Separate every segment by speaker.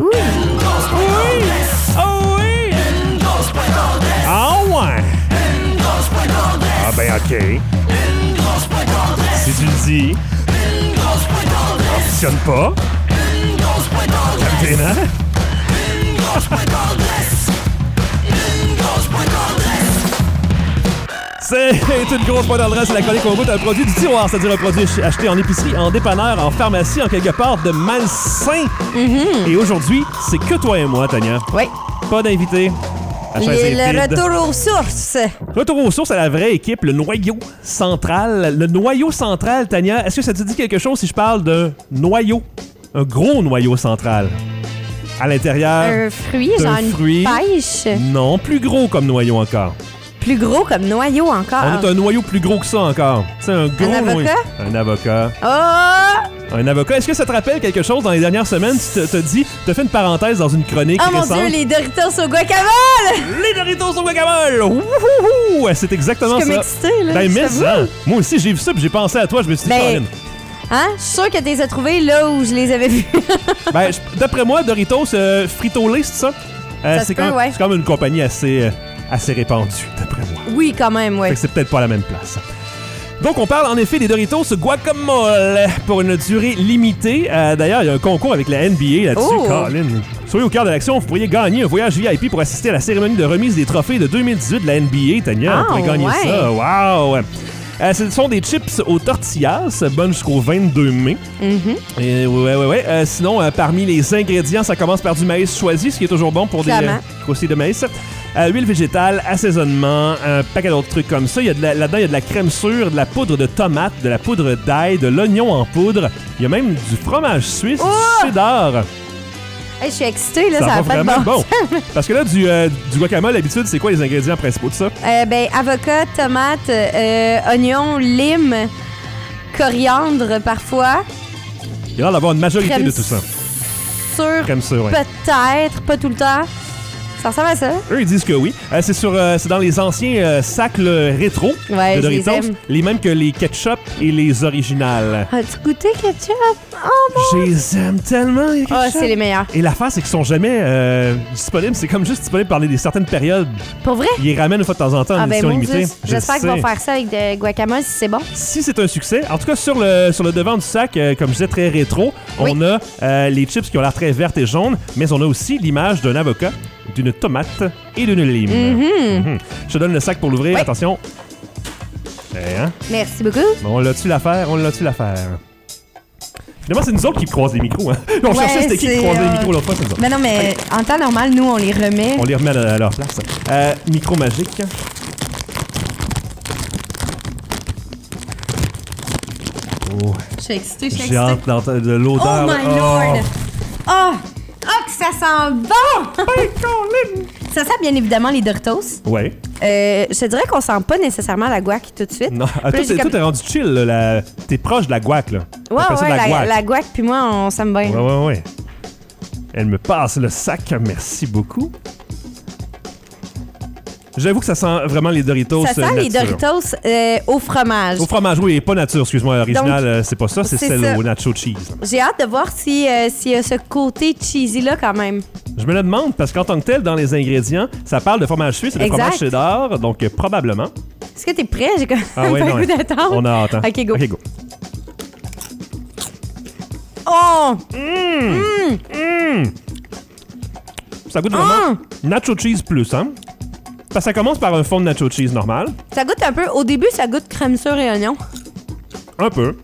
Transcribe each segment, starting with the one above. Speaker 1: Oh Ah Une Ah ben, Si tu le dis, optionne pas. Captain, hein? C'est une grosse pointe d'adresse, la chronique au goût d'un produit du tiroir, c'est-à-dire un produit ch- acheté en épicerie, en dépanneur, en pharmacie, en quelque part de malsain. Et aujourd'hui, c'est que toi et moi, Tania.
Speaker 2: Oui.
Speaker 1: Pas d'invité. La chaise
Speaker 2: Le,
Speaker 1: est
Speaker 2: le
Speaker 1: vide.
Speaker 2: retour aux sources.
Speaker 1: Retour aux sources à la vraie équipe, le noyau central. Le noyau central, Tania, est-ce que ça te dit quelque chose si je parle d'un noyau? Un gros noyau central. À l'intérieur,
Speaker 3: Un fruit,
Speaker 1: d'un
Speaker 3: genre une
Speaker 1: fruit.
Speaker 2: Euh.
Speaker 3: pêche.
Speaker 1: non, plus gros comme noyau encore.
Speaker 3: Plus gros comme noyau
Speaker 1: On
Speaker 3: encore.
Speaker 1: est un noyau plus gros que ça encore. C'est un gros
Speaker 2: Ah. avocat?
Speaker 1: noyau. Un avocat.
Speaker 2: Oh!
Speaker 1: Un avocat. Est-ce que ça te rappelle quelque chose dans les dernières semaines? Tu te, te dis, tu as fait une parenthèse dans une chronique
Speaker 2: Oh mon
Speaker 1: récente.
Speaker 2: dieu, les Doritos au guacamole!
Speaker 1: Les Doritos au guacamole! Wouhouhou! C'est exactement
Speaker 2: Je suis comme
Speaker 1: ça.
Speaker 2: excitée, là.
Speaker 1: Ben,
Speaker 2: je
Speaker 1: mais
Speaker 2: t'avoue.
Speaker 1: ça! Moi aussi, j'ai vu ça, puis j'ai pensé à toi, je me suis dit,
Speaker 2: Ben,
Speaker 1: Caroline,
Speaker 2: Hein? Je suis sûre que tu les as trouvés là où je les avais vus.
Speaker 1: Ben, je- d'après moi, Doritos, euh, Frito-Lay, c'est ça? Euh,
Speaker 2: Ça se
Speaker 1: c'est
Speaker 2: peut,
Speaker 1: quand,
Speaker 2: ouais.
Speaker 1: c'est quand même une compagnie assez, euh, assez répandue, d'après moi.
Speaker 2: oui, quand même,
Speaker 1: Fait
Speaker 2: oui.
Speaker 1: que c'est peut-être pas la même place. Donc, on parle en effet des Doritos guacamole pour une durée limitée. Euh, D'ailleurs, il y a un concours avec la NBA là-dessus.
Speaker 2: Oh!
Speaker 1: Colin, soyez au cœur de l'action. Vous pourriez gagner un voyage VIP pour assister à la cérémonie de remise des trophées de 2018 de la NBA. Tania,
Speaker 2: Ah,
Speaker 1: vous pourrez gagner
Speaker 2: ouais.
Speaker 1: ça. Wow! Euh, ce sont des chips aux tortillas, bonnes jusqu'au 22 mai.
Speaker 2: Mhm.
Speaker 1: Et ouais, ouais, ouais. Euh, sinon, euh, parmi les ingrédients, ça commence par du maïs choisi, ce qui est toujours bon pour des
Speaker 2: Clairement.
Speaker 1: euh, croustilles de maïs. Euh, huile végétale, assaisonnement, un paquet d'autres trucs comme ça. Il y a de la- Là-dedans, il y a de la crème sûre, de la poudre de tomate, de la poudre d'ail, de l'oignon en poudre. Il y a même du fromage suisse,
Speaker 2: Oh!
Speaker 1: du cheddar.
Speaker 2: Hey, je suis excitée, là, ça, a
Speaker 1: va
Speaker 2: pas de
Speaker 1: vraiment
Speaker 2: bon.
Speaker 1: bon. Parce que là, du, euh, du guacamole, d'habitude, c'est quoi les ingrédients principaux de ça?
Speaker 2: Euh, ben, avocat, tomate, euh, oignon, lime, coriandre parfois.
Speaker 1: Il y a l'air d'avoir une majorité
Speaker 2: Crème
Speaker 1: de tout ça.
Speaker 2: Sur
Speaker 1: Crème sûre, ouais.
Speaker 2: peut-être, pas tout le temps. Ça ressemble à ça.
Speaker 1: Eux, ils disent que oui. Euh, c'est sur, euh, c'est dans les anciens euh, sacs là, rétro
Speaker 2: Ouais,
Speaker 1: de
Speaker 2: je les
Speaker 1: Doritos,
Speaker 2: aime.
Speaker 1: mêmes que les ketchup et les originales.
Speaker 2: As-tu goûté ketchup? Oh, mon...
Speaker 1: Je les aime tellement, les
Speaker 2: Ah,
Speaker 1: ketchup.
Speaker 2: c'est les meilleurs.
Speaker 1: Et l'affaire, c'est qu'ils sont jamais euh, disponibles. C'est comme juste disponible par des des certaines périodes.
Speaker 2: Pour vrai?
Speaker 1: Ils les ramènent une fois de temps en temps en
Speaker 2: Ah ben
Speaker 1: édition
Speaker 2: mon Dieu,
Speaker 1: limitée. Je
Speaker 2: j'espère qu'ils vont
Speaker 1: sais.
Speaker 2: faire ça avec de guacamole si c'est bon.
Speaker 1: Si c'est un succès, en tout cas sur le, sur le devant du sac, euh, comme je disais, très rétro,
Speaker 2: Oui.
Speaker 1: on a euh, les chips qui ont l'air très vertes et jaunes, mais on a aussi l'image d'un avocat, d'une tomate et d'une lime. Mhm. Je te donne le sac pour l'ouvrir.
Speaker 2: Oui.
Speaker 1: Attention. Eh, hein?
Speaker 2: Merci beaucoup.
Speaker 1: On l'a-tu l'affaire? On l'a-tu l'affaire? Finalement, c'est nous autres qui croisent les micros. Hein? On
Speaker 2: Ouais,
Speaker 1: cherchait c'était qui qui
Speaker 2: c'est,
Speaker 1: croisait les
Speaker 2: euh,
Speaker 1: micros l'autre fois, c'est nous autres.
Speaker 2: Mais non, mais en temps normal, nous, on les remet.
Speaker 1: On les remet à à leur place. Euh, micro magique. Oh,
Speaker 2: Je suis excitée, je suis
Speaker 1: j'ai
Speaker 2: excitée.
Speaker 1: hâte d'entendre de
Speaker 2: Oh
Speaker 1: l'odeur. là.
Speaker 2: my lord! Oh! Oh, que ça sent bon! ça sent bien évidemment les Doritos.
Speaker 1: Ouais.
Speaker 2: Euh, je te dirais qu'on sent pas nécessairement la guac tout de suite.
Speaker 1: Non, ah,
Speaker 2: Puis
Speaker 1: toi,
Speaker 2: j'ai
Speaker 1: t'es
Speaker 2: comme-
Speaker 1: toi, t'es rendu chill. Là, la- T'es proche de la guac, là.
Speaker 2: Ouais,
Speaker 1: T'appelles ça
Speaker 2: ouais,
Speaker 1: de
Speaker 2: la,
Speaker 1: guac.
Speaker 2: la guac puis moi, on s'aime bien.
Speaker 1: Ouais, ouais, ouais. Elle me passe le sac, merci beaucoup. J'avoue que ça sent vraiment les Doritos.
Speaker 2: Ça sent
Speaker 1: euh,
Speaker 2: les
Speaker 1: nature.
Speaker 2: Doritos euh, au fromage.
Speaker 1: Au fromage, oui, et pas nature, excuse-moi, original, euh, c'est pas ça, c'est
Speaker 2: c'est
Speaker 1: celle
Speaker 2: ça.
Speaker 1: au nacho cheese.
Speaker 2: J'ai hâte de voir si, euh, s'il y a ce côté cheesy-là quand même.
Speaker 1: Je me le demande parce qu'en tant que tel, dans les ingrédients, ça parle de fromage suisse et de
Speaker 2: Exact.
Speaker 1: fromage cheddar, donc euh, probablement.
Speaker 2: Est-ce que t'es prêt? J'ai comme
Speaker 1: Ah ouais,
Speaker 2: un
Speaker 1: non,
Speaker 2: goût d'attendre.
Speaker 1: On a hâte. hein.
Speaker 2: Ok, go.
Speaker 1: Ok, go.
Speaker 2: Oh!
Speaker 1: Ça goûte
Speaker 2: Ah!
Speaker 1: vraiment nacho cheese plus, hein? Parce que ça commence par un fond de nacho cheese normal,
Speaker 2: Ça goûte un peu. Au début, ça goûte crème sure et oignon.
Speaker 1: un peu.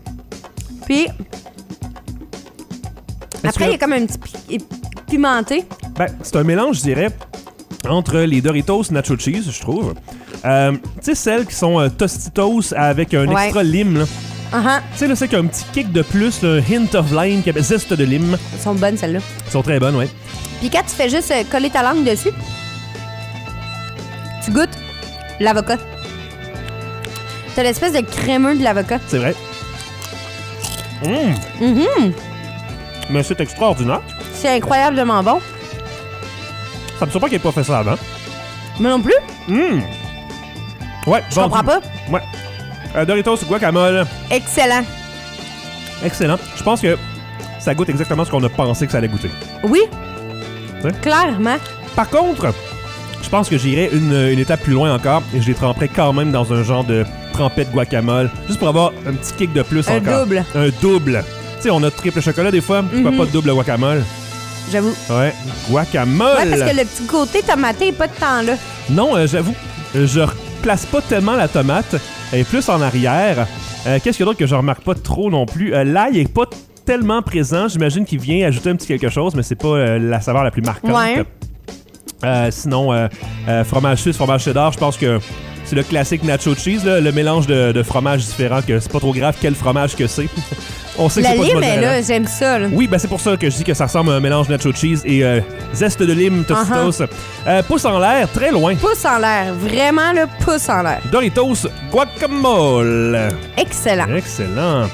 Speaker 2: Puis.
Speaker 1: Est-ce
Speaker 2: Après,
Speaker 1: que-
Speaker 2: il y a comme un petit pi- pi- pimenté.
Speaker 1: Ben, c'est un mélange, je dirais, entre les Doritos Nacho Cheese, je trouve. Euh, tu sais, celles qui sont euh, Tostitos avec un
Speaker 2: Ouais.
Speaker 1: extra lime. là.
Speaker 2: Ah ah,
Speaker 1: Tu sais, là, c'est qu'un petit kick de plus, là, un hint of lime, qui appelle- zeste de lime.
Speaker 2: Elles sont bonnes, celles-là.
Speaker 1: Elles sont très bonnes, ouais.
Speaker 2: Puis quand tu fais juste euh, coller ta langue dessus, tu goûtes l'avocat. T'as l'espèce de crémeux de l'avocat.
Speaker 1: C'est vrai. Mmh.
Speaker 2: Mhm.
Speaker 1: Mais c'est extraordinaire.
Speaker 2: C'est incroyablement bon.
Speaker 1: Ça me surprend qu'il n'ait pas fait ça avant.
Speaker 2: Moi non plus,
Speaker 1: Mmh. Ouais,
Speaker 2: je
Speaker 1: vendu.
Speaker 2: comprends pas.
Speaker 1: Ouais. Euh, Doritos guacamole.
Speaker 2: Excellent.
Speaker 1: Excellent. Je pense que ça goûte exactement ce qu'on a pensé que ça allait goûter.
Speaker 2: Oui.
Speaker 1: Ouais.
Speaker 2: Clairement.
Speaker 1: Par contre, je pense que j'irais une, une étape plus loin encore et je les tremperais quand même dans un genre de trempée de guacamole, juste pour avoir un petit kick de plus
Speaker 3: Un
Speaker 1: encore.
Speaker 3: double. Mhm.
Speaker 1: Un double. Tu sais, on a triple chocolat des fois, pourquoi pas double guacamole?
Speaker 3: J'avoue.
Speaker 1: Ouais, guacamole.
Speaker 3: Ouais, parce que le petit côté tomaté est pas de temps là.
Speaker 1: Non, euh, j'avoue, euh, je place pas tellement la tomate. Elle est plus en arrière. Euh, Qu'est-ce qu'il y a d'autre que je remarque pas trop non plus? Euh, L'ail est pas tellement présent. J'imagine qu'il vient ajouter un petit quelque chose, mais c'est pas euh, la saveur la plus marquante.
Speaker 3: Ouais.
Speaker 1: Euh, sinon, euh, euh, fromage suisse, fromage cheddar, je pense que c'est le classique nacho cheese, là, le mélange de, de fromages différents, que c'est pas trop grave quel fromage que c'est. On sait que
Speaker 3: La
Speaker 1: c'est pas du
Speaker 3: lime est
Speaker 1: mozzarella.
Speaker 3: là, j'aime ça. là.
Speaker 1: Oui, ben c'est pour ça que je dis que ça ressemble à un mélange nacho cheese et euh, zeste de lime
Speaker 3: Uh-huh.
Speaker 1: Tostitos. Euh, pouce en l'air, très loin.
Speaker 3: Pouce en l'air, vraiment le pouce en l'air.
Speaker 1: Doritos Guacamole.
Speaker 2: Ah.
Speaker 3: Excellent.
Speaker 1: Excellent.